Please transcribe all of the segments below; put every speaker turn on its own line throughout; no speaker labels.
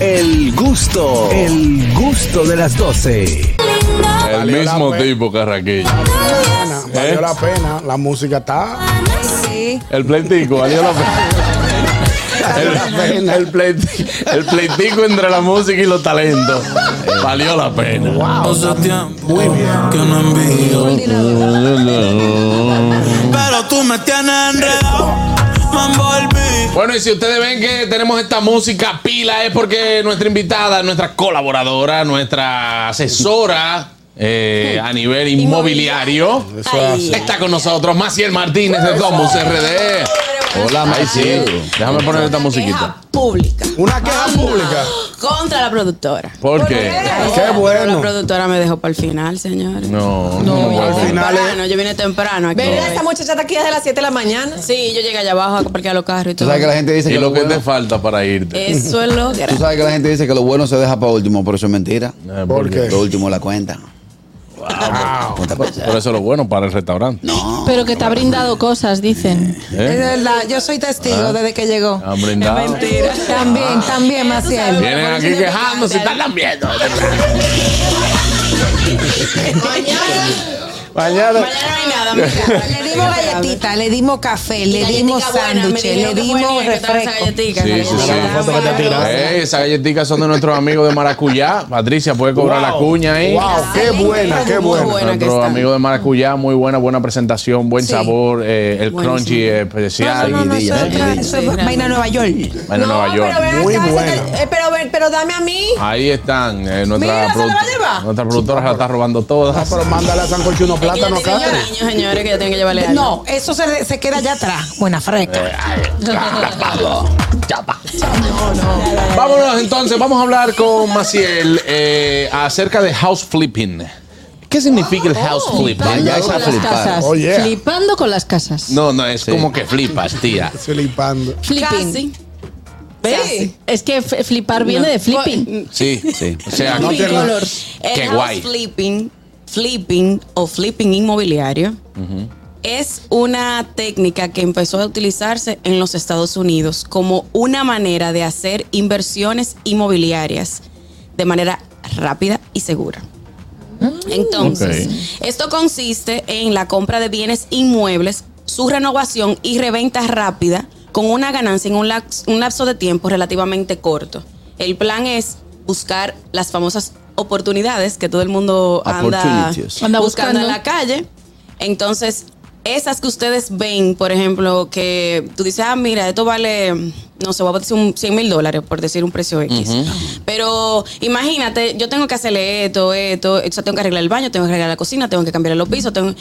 El gusto, el gusto de las 12.
El
Valió la
mismo
pena.
tipo, Carraquillo.
Pena, Ah, valió la pena, la música está.
Sí.
El pleitico, valió la pena. El, el pleiti- el pleitico entre la música y los talentos. Valió la pena.
Hace tiempo que no envío. Pero tú me tienes enredado. Me envolví.
Bueno, y si ustedes ven que tenemos esta música pila, es porque nuestra invitada, nuestra colaboradora, nuestra asesora eh, a nivel inmobiliario,
Ay,
está con nosotros Maciel Martínez de Domus RD. Hola, Maciel. E. Déjame poner esta
queja
musiquita.
pública
Una queja pública.
contra la productora.
¿Por qué?
Qué
Pero La
bueno.
productora me dejó para el final, señores.
No, no, no.
Al final es-
Temprano, yo vine temprano aquí.
¿Verdad? Esta muchacha está aquí desde las 7 de la mañana.
Sí, yo llegué allá abajo a parquear los carros y
Tú
todo.
sabes que la gente dice
Y
que
lo que te
bueno-
falta para irte.
Eso es lo que
tú sabes que la gente dice que lo bueno se deja para último, pero eso es mentira.
Eh,
¿Por qué?
Lo último la cuenta. Ponte a pensar.
Por eso lo bueno para el restaurante.
Pero que te ha brindado cosas, dicen.
Es
¿eh?
verdad, yo soy testigo
Ah.
desde que llegó.
Han brindado.
También, también, Maciel.
Vienen aquí quejándose, están lambiendo.
Mañana.
Mañana no hay nada. mira.
Le dimos galletitas, le dimos café, le
Galletica
dimos
buena, me
sándwiches,
dijeron
le
que fue
dimos
niña que estaba esa
refresco.
galletica,
Sí,
esa
sí, sí.
galletica.
La foto que te tiraste.
Ey, esas galletitas son de nuestros amigos de Maracuyá. Patricia puede cobrar la cuña ahí.
Wow, qué buena, qué
Muy
buena.
buena que
Nuestros
está.
amigos de Maracuyá, muy buena, buena presentación, buen sabor, eh, el crunchy especial.
No, no, no,
Eso
Guidilla,
es otra-
guidilla.
eso es vaina de Nueva York.
Bueno, Nueva York.
pero ven
Muy
acá,
buena.
esa- eh, pero, ven- pero dame a mí.
Ahí están. eh, nuestra,
Mira, se la va a llevar.
nuestra productora se la está robando todas.
Ah, Pero mándale a Sancocho unos
Que yo
plátanos,
tengo
Catherine.
niños, señores, que yo tengo que llevarle algo.
No, eso se, se queda allá atrás. Buena fresca.
Eh.
Vámonos entonces, vamos a hablar con Maciel eh, acerca de house flipping. ¿Qué significa el house
Oh,
flipping?
Ya
Flipando
es a
con las
flipar.
casas.
Oh, yeah.
Flipando con las casas.
No, no, es
Sí.
como que flipas, tía.
Flipando.
Flipping.
Casi.
¿Ves?
Casi.
Es que f- flipar viene de flipping.
Pues,
Sí, sí.
O sea,
No tiene-
El
Qué
house
guay.
flipping, flipping o flipping inmobiliario es una técnica que empezó a utilizarse en los Estados Unidos como una manera de hacer inversiones inmobiliarias de manera rápida y segura. Entonces, esto consiste en la compra de bienes inmuebles, su renovación y reventa rápida con una ganancia en un laps- un lapso de tiempo relativamente corto. El plan es buscar las famosas oportunidades que todo el mundo anda,
Opportunities.
Anda
buscando en
buscando.
la calle. Entonces, esas que ustedes ven, por ejemplo, que tú dices, ah, mira, esto vale, no sé, voy a decir un 100 mil dólares, por decir un precio X. Pero imagínate, yo tengo que hacerle esto, esto, o sea, tengo que arreglar el baño, tengo que arreglar la cocina, tengo que cambiar los pisos, tengo...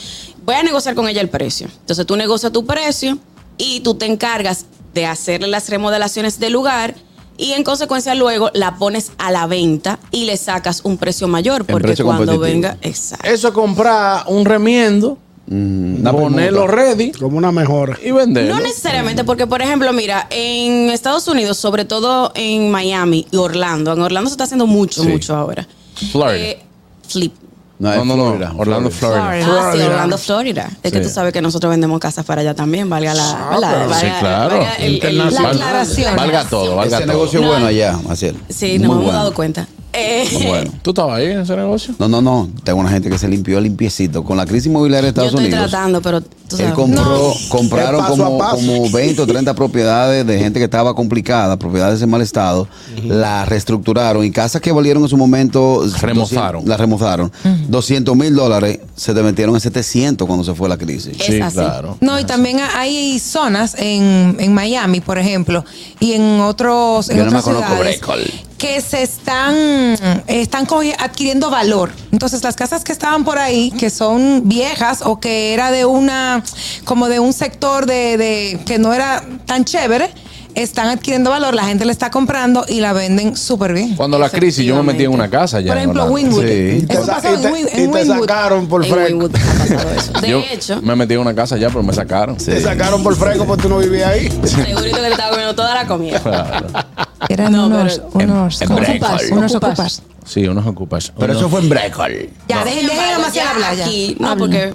voy a negociar con ella el precio. Entonces tú negocias tu precio y tú te encargas de hacerle las remodelaciones del lugar. Y en consecuencia luego la pones a la venta y le sacas un precio mayor porque
precio
cuando
competitivo.
venga, exacto.
Eso es comprar un remiendo,
Mm,
ponerlo ready
Como una mejora.
y venderlo.
No necesariamente, porque por ejemplo, mira, en Estados Unidos, sobre todo en Miami y Orlando, en Orlando se está haciendo mucho,
Sí.
mucho ahora.
Florida.
Eh, flip.
No,
No,
es
no, no,
Florida,
Orlando, Florida.
Ah, sí, Orlando, Florida. Es que
Sí. Ah,
tú sabes que nosotros vendemos casas para allá también, valga la, ¿verdad?
Sí,
Valga-
claro.
valga el- el-
Internacional.
la aclaración.
Valga todo, valga
Ese
todo.
negocio es bueno allá, Maciel.
Sí, nos
Muy
hemos
bueno.
dado cuenta. Eh,
Muy bueno.
¿Tú estabas ahí en ese negocio?
No, no, no. Tengo una gente que se limpió limpiecito. Con la crisis inmobiliaria de
yo
Estados
estoy
Unidos.
tratando, pero tú sabes.
Él compró, compraron
De paso a
como,
paso.
como 20 o 30 propiedades de gente que estaba complicada, propiedades en mal estado, las reestructuraron y casas que valieron en su momento.
Remozaron.
Las remozaron. 200 mil dólares se te metieron en 700 cuando se fue la crisis.
Es así.
No, y también ha- hay zonas en, en Miami, por ejemplo, y en otros en
Yo no me
otras
conozco
ciudades
Brecol.
que se están están cogi- adquiriendo valor. Entonces, las casas que estaban por ahí, que son viejas o que era de una como de un sector de, de- que no era tan chévere, están adquiriendo valor, la gente le está comprando y la venden súper bien.
Cuando la crisis, yo me metí en una casa allá.
Por
en
ejemplo,
Orlando.
Winwood.
Sí.
Y te,
Eso
sa-
pasó
y te-
en, Win-
y
en
te
Winwood.
sacaron por
En
fresco.
Wynwood ha pasado eso. De
Yo
hecho,
me metí en una casa allá, pero me sacaron.
Te sacaron por fresco porque tú no vivías ahí.
segurito que le estaba comiendo toda la comida.
Eran
No,
unos, unos,
Ocupas,
unos
ocupas.
ocupas.
Sí, unos ocupas.
Pero
unos-
eso fue en Brecol.
Ya, dejen, dejen a Maciel
Ya
hablar ya.
aquí, no, porque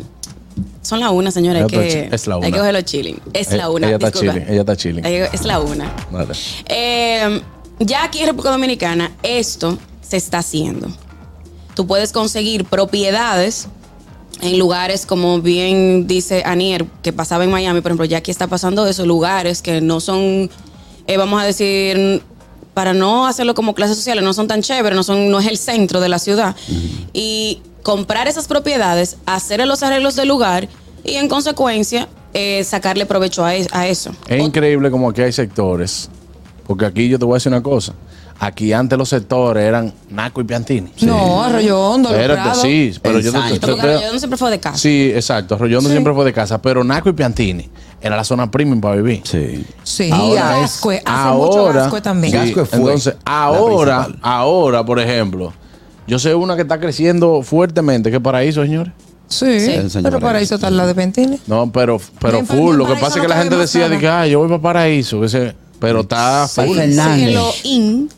son la una, señora. Hay
No, pero
que,
es la una.
hay que cogerlo chilling. Es
Eh,
la una.
ella está
disculpa.
chilling, ella está chilling.
Hay que- Es la una.
Dale.
Eh, ya aquí en República Dominicana esto se está haciendo. Tú puedes conseguir propiedades en lugares como bien dice Anier, que pasaba en Miami, por ejemplo, ya aquí está pasando eso, lugares que no son, eh, vamos a decir, para no hacerlo como clases sociales, no son tan chéveres, no, son, no es el centro de la ciudad. Y comprar esas propiedades, hacer los arreglos del lugar y en consecuencia eh, sacarle provecho a, es- a eso.
Es increíble como aquí hay sectores. Porque aquí yo te voy a decir una cosa. Aquí antes los sectores eran Naco y Piantini.
No, Arroyo Hondo, Los
Espérate,
Prados.
sí, pero yo te-
Exacto.
te-
Porque
te-
yo no siempre fue de casa.
Sí, exacto. Rollondo
Sí.
siempre fue de casa, pero Naco y Piantini era la zona premium para vivir.
Sí.
Sí,
Ahora es-
Gascue. Hace mucho Gascue también.
Sí,
Gascue fue
entonces,
la
ahora,
principal.
ahora, por ejemplo, yo sé una que está creciendo fuertemente, que paraíso, señores.
Sí,
El señor
pero para
Vargas.
eso está la de Pentini.
No, pero, pero
En Par-
full.
en
Lo que
Paraíso
pasa es
no
que la
cabe
gente
más
decía,
nada.
de que, "Ay, yo voy para paraíso, que se- pero está
Ay,
full.
Que
Fernández.
lo in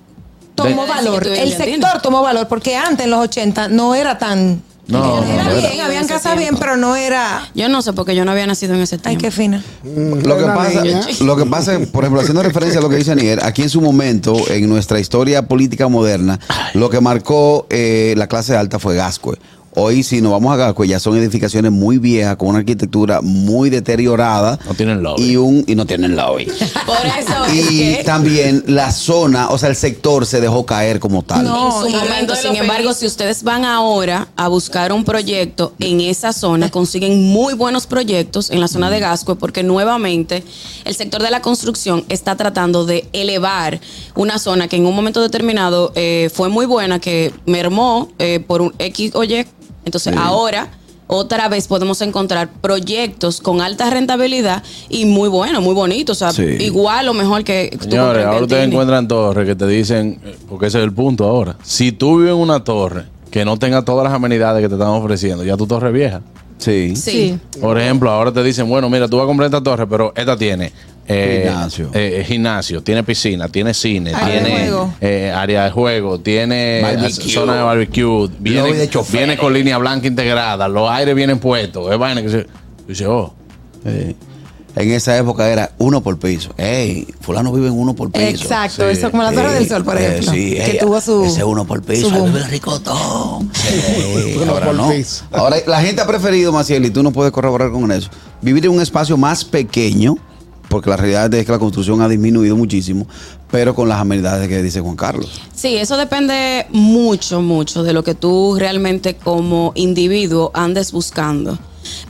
Tomó
De-
valor.
Sí, tú
El
ya entiendes.
sector tomó valor porque antes, en los 80, no era tan.
No,
Era
no,
bien,
era-
habían
en ese
casas bien,
tiempo.
pero no era.
Yo no sé porque yo no había nacido en ese
Ay,
tiempo.
qué fina.
Mm.
Mm.
Lo que, pasa, lo que pasa, por ejemplo, haciendo referencia a lo que dice Anier, aquí en su momento, en nuestra historia política moderna, lo que marcó eh, la clase alta fue Gascue. Hoy, si nos vamos a Gascue, ya son edificaciones muy viejas, con una arquitectura muy deteriorada.
No tienen lobby.
Y, un, y no tienen lobby.
Por eso es
y
que
también la zona, o sea, el sector se dejó caer como tal.
No.
en su
y hablando
momento,
de
sin
lo
embargo,
feliz.
si ustedes van ahora a buscar un proyecto en esa zona, consiguen muy buenos proyectos en la zona de Gascue, porque nuevamente el sector de la construcción está tratando de elevar una zona que en un momento determinado eh, fue muy buena, que mermó eh, por un X o Y. Entonces, ahora. Otra vez podemos encontrar proyectos con alta rentabilidad y muy bueno, muy bonito. O sea,
Sí.
igual o mejor que tú
Señores,
compras
ahora
en
ustedes
Tini.
encuentran torres que te dicen, eh, porque ese es el punto ahora. Si tú vives en una torre que no tenga todas las amenidades que te están ofreciendo, ya tu torre es vieja.
Sí.
Sí.
Por ejemplo, ahora te dicen, bueno, mira, tú vas a comprar esta torre, pero esta tiene eh,
Gimnasio.
eh, gimnasio, tiene piscina, tiene cine,
Área de
tiene
juego.
eh, área de juego, tiene
Barbecue.
zona de barbecue, viene,
Lobby de choferes.
viene con línea blanca integrada, los aires vienen puestos, es vaina que se... tú dices, oh,
Eh, En esa época era uno por piso. Ey, fulano vive en uno por piso.
Exacto,
Sí.
eso como la Torre
Sí,
del Sol, por
eh,
ejemplo.
sí,
que
ella,
tuvo su.
Ese uno por piso.
su
ahí
boom.
vive el ricotón. Sí,
Uno
ahora
por
no.
piso.
Ahora, la gente ha preferido, Maciel, y tú no puedes corroborar con eso, vivir en un espacio más pequeño, porque la realidad es que la construcción ha disminuido muchísimo, pero con las amenidades que dice Juan Carlos.
Sí, eso depende mucho, mucho de lo que tú realmente como individuo andes buscando.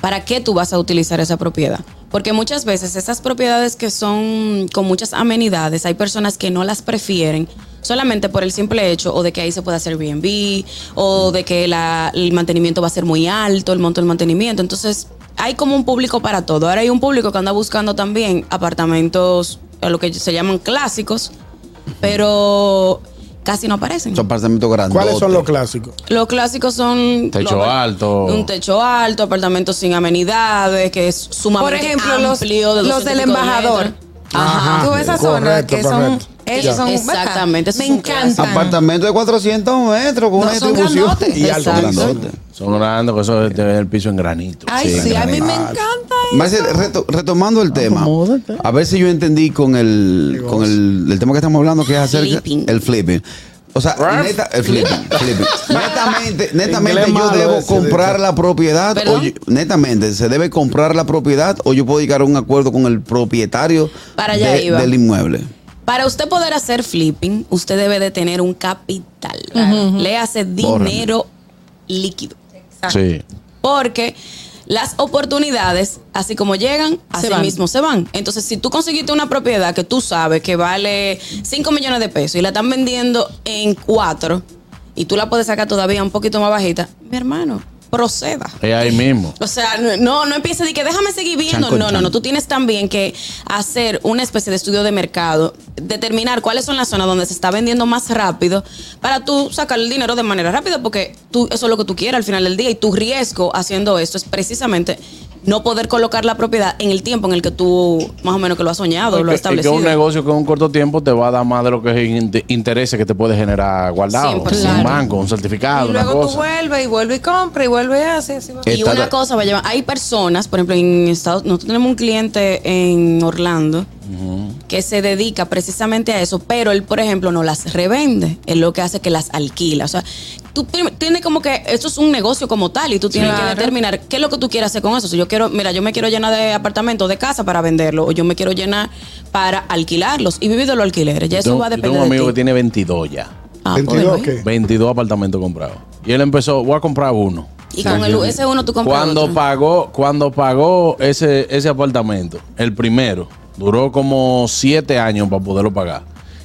¿Para qué tú vas a utilizar esa propiedad? Porque muchas veces esas propiedades que son con muchas amenidades, hay personas que no las prefieren solamente por el simple hecho o de que ahí se puede hacer Airbnb o de que la- el mantenimiento va a ser muy alto, el monto del mantenimiento. Entonces, hay como un público para todo. Ahora hay un público que anda buscando también apartamentos, a lo que se llaman clásicos, pero casi no aparecen.
Son apartamentos grandes.
¿Cuáles son los clásicos?
Los clásicos son
Techo
los-
alto.
un techo alto, apartamentos sin amenidades, que es
Por
sumamente
ejemplo, los,
amplio, de
los
200
del
y pico de
embajador.
metros.
Ajá.
Tú ves esas zonas
Correcto,
que son.
correcto.
Ellos son.
Exactamente,
Me
esos son
encantan.
Apartamentos de 400 metros con
No,
una
son
distribución.
grandotes.
Y alto.
Exacto.
Grandote.
son grandes, que eso es el piso en granito.
Ay,
Sí,
sí, a mí me
grandes.
encanta.
Marcel, reto- retomando el tema,
Acomódate.
a ver si yo entendí con el con el, el tema que estamos hablando, que es hacer
Flipping.
el flipping. O sea,
Ruff.
neta- el flipping, flipping. netamente, netamente
Inglés
yo
malo
debo
ese,
comprar
dice.
la propiedad, o
¿Perdón?
yo- netamente se debe comprar la propiedad o yo puedo llegar a un acuerdo con el propietario
Para allá
de-
iba.
del inmueble.
Para usted poder hacer flipping, usted debe de tener un capital. Le hace dinero líquido.
Sí.
Porque las oportunidades, así como llegan, así
van.
mismo se van. Entonces, si tú conseguiste una propiedad que tú sabes que vale 5 millones de pesos y la están vendiendo en 4 y tú la puedes sacar todavía un poquito más bajita, mi hermano, proceda.
Es ahí mismo.
O sea, no, no empieces de que déjame seguir viendo.
Chanco,
no, no,
chanco.
no. Tú tienes también que hacer una especie de estudio de mercado, determinar cuáles son las zonas donde se está vendiendo más rápido para tú sacar el dinero de manera rápida, porque tú, eso es lo que tú quieras al final del día y tu riesgo haciendo esto es precisamente no poder colocar la propiedad en el tiempo en el que tú más o menos que lo has soñado, lo
Es que
has establecido.
un negocio que en un corto tiempo te va a dar más de lo que es in- de intereses que te puede generar guardado.
100%.
Un banco, un certificado,
y
Ah, una
luego tú
cosa.
vuelves y vuelves y compras y vuelves y haces. así va.
Eh,
Y
Está
una
la-
cosa va a llevar- Hay personas, por ejemplo, en Estados nosotros tenemos un cliente en Orlando que se dedica precisamente a eso, pero él, por ejemplo, no las revende. Es lo que hace que las alquila. O sea, tú prim- tienes como que esto es un negocio como tal y tú tienes que determinar qué es lo que tú quieres hacer con eso. Si yo quiero, mira, yo me quiero llenar de apartamentos, de casa para venderlo, o yo me quiero llenar para alquilarlos y vivir de los alquileres. Ya eso
Tengo-
va a
yo
depender
tengo un amigo
de
que
ti.
tiene 22 ya.
Ah, pues,
22 qué?
22 apartamentos comprados. Y él empezó, voy a comprar uno.
Y con el ese uno tú compras
Cuando
otro.
pagó, cuando pagó ese, ese apartamento, el primero, duró como siete años para poderlo pagar.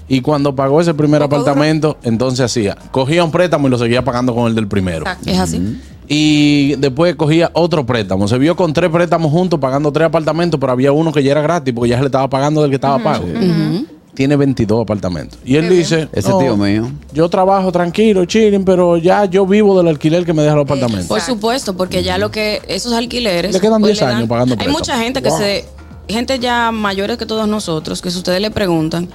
Y cuando pagó ese primer apartamento, entonces hacía, cogía un préstamo y lo seguía pagando con el del primero.
Es así.
Y después cogía otro préstamo. Se vio con tres préstamos juntos, pagando tres apartamentos, pero había uno que ya era gratis porque ya se le estaba pagando del que estaba pago. Tiene 22 apartamentos. Y él dice:
Ese
"No,
tío mío.
Yo trabajo tranquilo, chilling, pero ya yo vivo del alquiler que me deja los apartamentos.
Pues
Por supuesto, porque ya lo que esos alquileres.
Le quedan
hoy
10 años
dan-
pagando
Hay
préstamo.
mucha gente que se. Gente ya mayores que todos nosotros, que si ustedes le preguntan,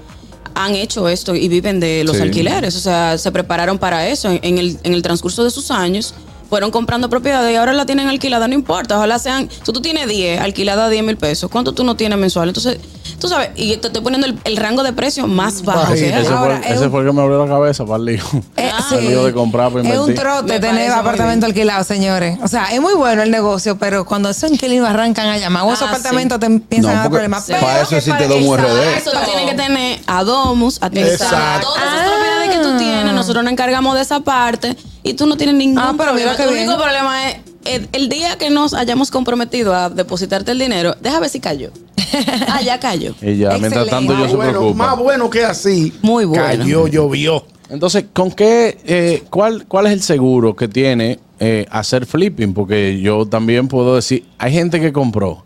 han hecho esto y viven de los
Sí.
alquileres. O sea, se prepararon para eso. En, en el, en el transcurso de sus años, fueron comprando propiedades y ahora la tienen alquilada, no importa. Ojalá sean. Si tú tienes 10, alquilada a 10 mil pesos, ¿cuánto tú no tienes mensual? Entonces, tú sabes, y te estoy poniendo el, el rango de precio más bajo
Bajito.
que hay.
Ese,
Ahora,
fue,
es
ese
un-
fue el que me abrió la cabeza para el lío.
Eh,
El
sí.
lío Ah, de comprar para
es un
invertir.
Me
trote
parece
tener
muy
apartamento alquilado, señores. O sea, es muy bueno el negocio, pero cuando esos inquilinos arrancan a llamar, o esos
Ah, sí.
apartamentos te empiezan
No,
a dar
porque
problemas.
para
Pero
eso
que
sí te
para-
doy un RD.
Para eso tú tienes que tener a Domus, a Texas,
Exacto.
todas
Ah.
esas propiedades que tú tienes, nosotros nos encargamos de esa parte y tú no tienes ningún
Ah, pero mira
problema.
qué
el
bien.
único problema es el, el día que nos hayamos comprometido a depositarte el dinero, deja ver si cayó. ah, ya cayó.
Y ya, mientras
Excelente.
tanto, yo
Más
se
bueno,
preocupa.
más bueno que así.
Muy bueno.
Cayó, llovió.
Entonces, ¿con qué, eh, cuál, cuál es el seguro que tiene eh, hacer flipping? Porque yo también puedo decir, hay gente que compró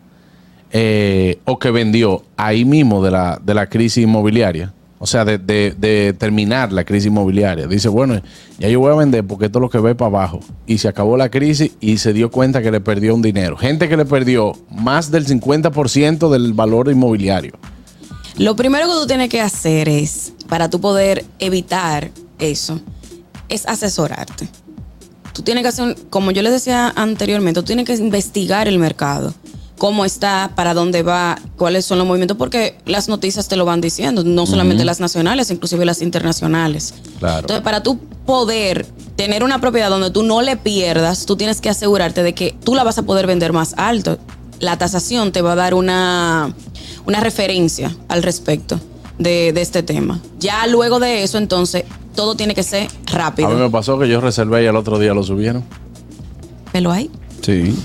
eh, o que vendió ahí mismo de la, de la crisis inmobiliaria. O sea, de, de- de terminar la crisis inmobiliaria. Dice, bueno, ya yo voy a vender porque esto es lo que ve para abajo. Y se acabó la crisis y se dio cuenta que le perdió un dinero. Gente que le perdió más del 50% del valor inmobiliario.
Lo primero que tú tienes que hacer es, para tú poder evitar eso, es asesorarte. Tú tienes que hacer, un- como yo les decía anteriormente, tú tienes que investigar el mercado. Cómo está, para dónde va, cuáles son los movimientos, porque las noticias te lo van diciendo, no solamente las nacionales, inclusive las internacionales.
Claro.
Entonces, para tú poder tener una propiedad donde tú no le pierdas, tú tienes que asegurarte de que tú la vas a poder vender más alto. La tasación te va a dar una, una referencia al respecto de, de este tema. Ya luego de eso, entonces, todo tiene que
A
ser
mí
rápido.
me pasó que yo reservé y al otro día lo subieron.
¿Velo ahí?
Sí.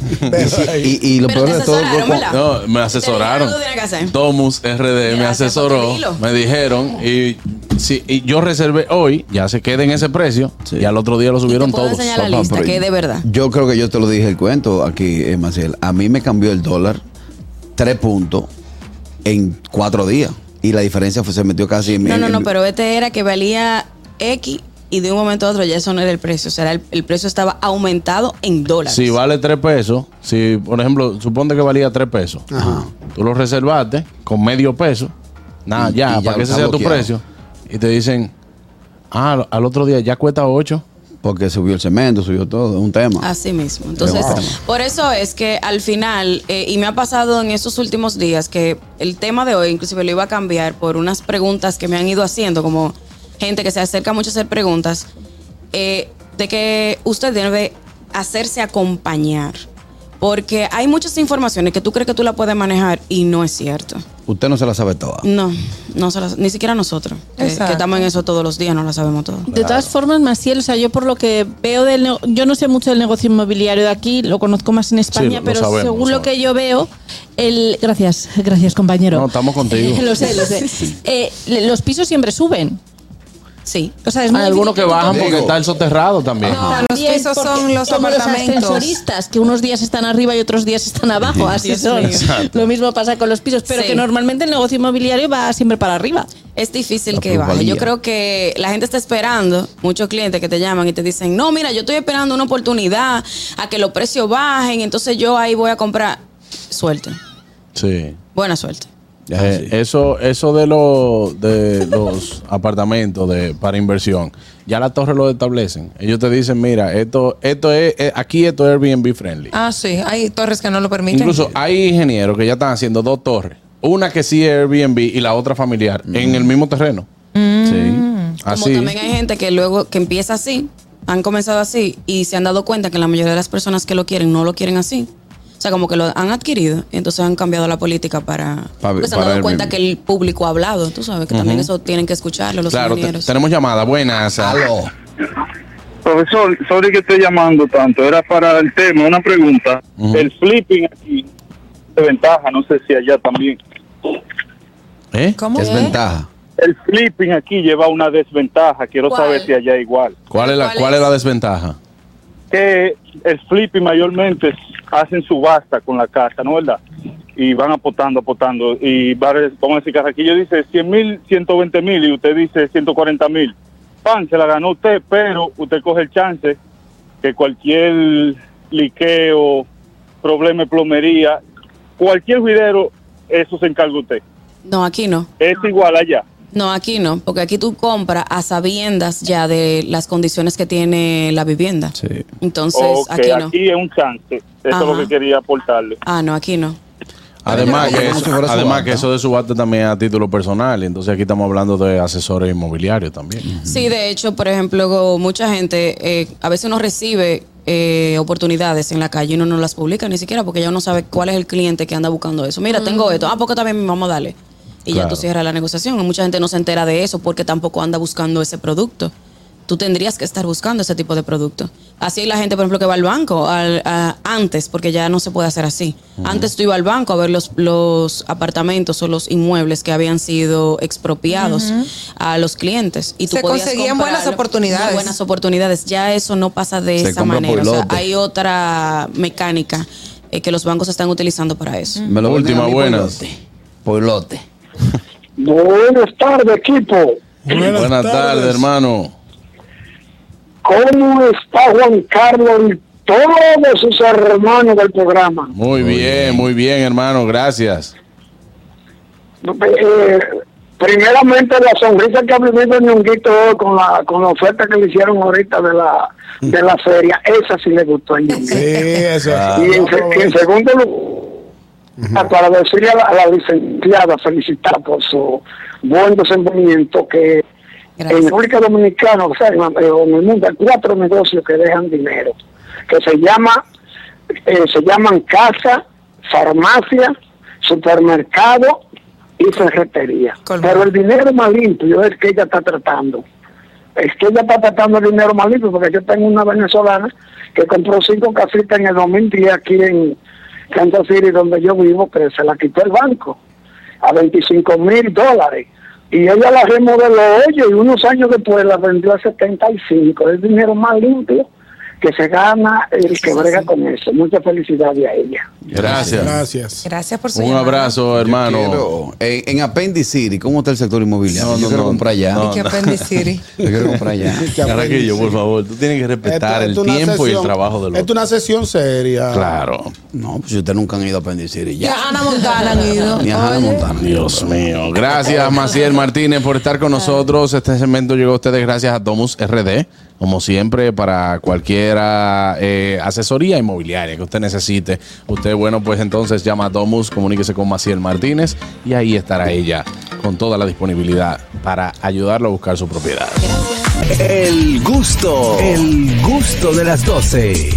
Y, y lo
Pero
peor
te
de todo,
asesoraron,
cu-
¿verdad?
No, me asesoraron.
Te dijeron que tú tenías que hacer.
Domus RD me
Gracias,
asesoró.
Patrilo.
Me dijeron y, sí, y yo reservé hoy, ya se queda en ese precio y al otro día lo
Y te
subieron
puedo
todos.
enseñar la
papá,
lista,
pero-
que es Eh, de verdad.
yo creo que yo te lo dije el cuento aquí, eh, Maciel. A mí me cambió el dólar tres puntos en cuatro días. Y la diferencia fue, se metió casi en
No, no,
en-
no, pero este era que valía X y de un momento a otro ya eso no era el precio. O sea, era el, el precio estaba aumentado en dólares.
Si vale tres pesos, si por ejemplo, suponte que valía tres pesos,
Ah.
tú lo reservaste con medio peso, nada,
Y-
ya,
y ya
para que ese
está
sea tu
bloqueado.
precio, y te dicen, ah, al- al otro día ya cuesta ocho.
Porque subió el cemento, subió todo, es un tema.
Así mismo. Entonces,
Wow.
por eso es que al final, eh, y me ha pasado en estos últimos días, que el tema de hoy inclusive lo iba a cambiar por unas preguntas que me han ido haciendo, como gente que se acerca mucho a hacer preguntas, eh, de que usted debe hacerse acompañar. Porque hay muchas informaciones que tú crees que tú la puedes manejar y no es cierto.
Usted no se la sabe toda.
No, no se las- ni siquiera nosotros, eh, que, que
Exacto.
estamos en eso todos los días, no la sabemos todo.
De todas formas, Maciel, o sea, yo por lo que veo del nego- yo no sé mucho del negocio inmobiliario de aquí, lo conozco más en
Sí,
España,
lo
pero
sabemos,
según
lo
lo que yo veo, el gracias, gracias compañero.
No, estamos contigo.
lo sé, lo sé. Eh, le- los pisos siempre suben.
Sí.
O sea, es
Hay
muy
algunos que
difícil tú
bajan
comprar-
porque
Digo.
está el soterrado también.
Ajá. Los
Bien,
pisos
porque
son los
como
apartamentos.
Los ascensoristas, que unos días están arriba y otros días están abajo, así
Dios
son.
mío.
Lo mismo pasa con los pisos, pero
Sí.
que normalmente el negocio inmobiliario va siempre para arriba.
Es difícil
La
que baje.
plusvalía.
Yo creo que la gente está esperando, muchos clientes que te llaman y te dicen, no, mira, yo estoy esperando una oportunidad a que los precios bajen, entonces yo ahí voy a comprar. suerte.
Sí.
Buena suerte.
Eh, eso, eso de, lo- de los apartamentos de, para inversión, ya la torre lo establecen. Ellos te dicen, mira, esto, esto es, eh, aquí esto es Airbnb friendly.
Ah, sí. Hay torres que no lo permiten.
Incluso hay ingenieros que ya están haciendo dos torres. Una que sí es Airbnb y la otra familiar en el mismo terreno.
Mm.
Sí.
Como
Así.
también hay gente que luego que empieza así, han comenzado así y se han dado cuenta que la mayoría de las personas que lo quieren no lo quieren así. O sea, como que lo han adquirido y entonces han cambiado la política para...
Pa-
pues se han
para
dado
el
cuenta
mismo.
que el público ha hablado, tú sabes, que también eso tienen que escucharlo los
Claro, te-
ingenieros.
tenemos llamada. Buenas.
Aló.
Profesor, sorry que esté llamando tanto, era para el tema, una pregunta. El flipping aquí, de ventaja, no sé si allá también.
¿Eh?
¿Cómo?
Es
¿Eh?
ventaja.
El flipping aquí lleva una desventaja, quiero
¿Cuál?
saber si allá igual.
¿Cuál es la,
¿Cuál
cuál es
es?
la desventaja?
Que el flipping mayormente hacen subasta con la casa, ¿no es verdad? Y van apostando, apostando. Y varios- vamos a decir, Carraquillo dice 100 mil, 120 mil y usted dice 140 mil. Pan, se la ganó usted, pero usted coge el chance que cualquier liqueo, problema de plomería, cualquier videro, eso se encarga usted.
No, aquí no.
Es igual allá.
No, aquí no, porque aquí tú compras a sabiendas ya de las condiciones que tiene la vivienda.
Sí.
Entonces,
Ok,
aquí no.
aquí es un chance. Eso es lo
Ajá.
que quería aportarle.
Ah, no, aquí no.
Además,
Pero
que
como si
eso,
fuera
además
subasta.
que eso de subasta también es a título personal. y Entonces aquí estamos hablando de asesores inmobiliarios también.
Sí, de hecho, por ejemplo, go- mucha gente eh, a veces uno recibe eh, oportunidades en la calle y uno no las publica ni siquiera porque ya uno sabe cuál es el cliente que anda buscando eso. Mira, tengo esto. Ah, porque también mi mamá dale. Y ya
Claro.
tú cierras la negociación. Mucha gente no se entera de eso porque tampoco anda buscando ese producto. Tú tendrías que estar buscando ese tipo de producto. Así la gente, por ejemplo, que va al banco al- a- antes, porque ya no se puede hacer así. Antes tú ibas al banco a ver los, los apartamentos o los inmuebles que habían sido expropiados a los clientes. Y tú
Se
podías
conseguían buenas
comprarlo.
oportunidades.
Muy buenas oportunidades. Ya eso no pasa de
Se
esa
compra
manera.
por
O sea,
lote.
hay otra mecánica eh, que los bancos están utilizando para eso.
Me lo
Última,
venden a mí
buenas.
Por lote. Por lote.
Buenas tardes, equipo.
Buenas, tardes, hermano.
¿Cómo está Juan Carlos y todos sus hermanos del programa?
Muy, bien, muy bien, hermano. Gracias.
Eh, primeramente, la sonrisa que ha vivido el Ñonguito hoy con la, con la oferta que le hicieron ahorita de la, de la feria, esa sí le gustó al Ñonguito.
Sí, eso.
Ah.
Y en, se- y en segundo lugar, para decirle a la, a la licenciada, felicitar por su buen desenvolvimiento, que en
Gracias.
República Dominicana, o sea, en, la- en el mundo hay cuatro negocios que dejan dinero, que se llama eh, se llaman casa, farmacia, supermercado y ferretería.
Colmado.
Pero el dinero más limpio es el que ella está tratando. Es que ella está tratando el dinero más limpio, porque yo tengo una venezolana que compró cinco casitas en el 2010 aquí en Kansas City, donde yo vivo, que se la quitó el banco a 25 mil dólares. Y ella la remodeló, oye, y unos años después la vendió a 75. Es dinero más limpio que se gana el que brega con eso. Mucha felicidad a ella.
Gracias.
Gracias.
Gracias por su
Un
llamada.
abrazo, hermano.
Quiero- en, en Appendix City, ¿cómo está el sector inmobiliario?
No, no,
Yo quiero
no,
comprar allá.
no.
Y que apendicitis.
Yo quiero comprar allá.
Que aprende,
Carraquillo,
sí.
por favor, tú tienes que respetar
Esto- esto
el
una
tiempo y el
sesión-
trabajo del
Esto
otro.
es una sesión seria.
Claro.
No, pues ustedes nunca han ido a Appendix City
Ya
ya.
Hannah Montana han ido.
Ni a Hannah
Oye.
Montana.
Dios mío. Gracias, Maciel Martínez, por estar con nosotros. Este segmento llegó a ustedes gracias a Domus RD. Como siempre, para cualquier ah, eh, asesoría inmobiliaria que usted necesite, usted, bueno, pues entonces llama a Domus, comuníquese con Maciel Martínez y ahí estará ella con toda la disponibilidad para ayudarlo a buscar su propiedad.
El gusto, el gusto de las 12.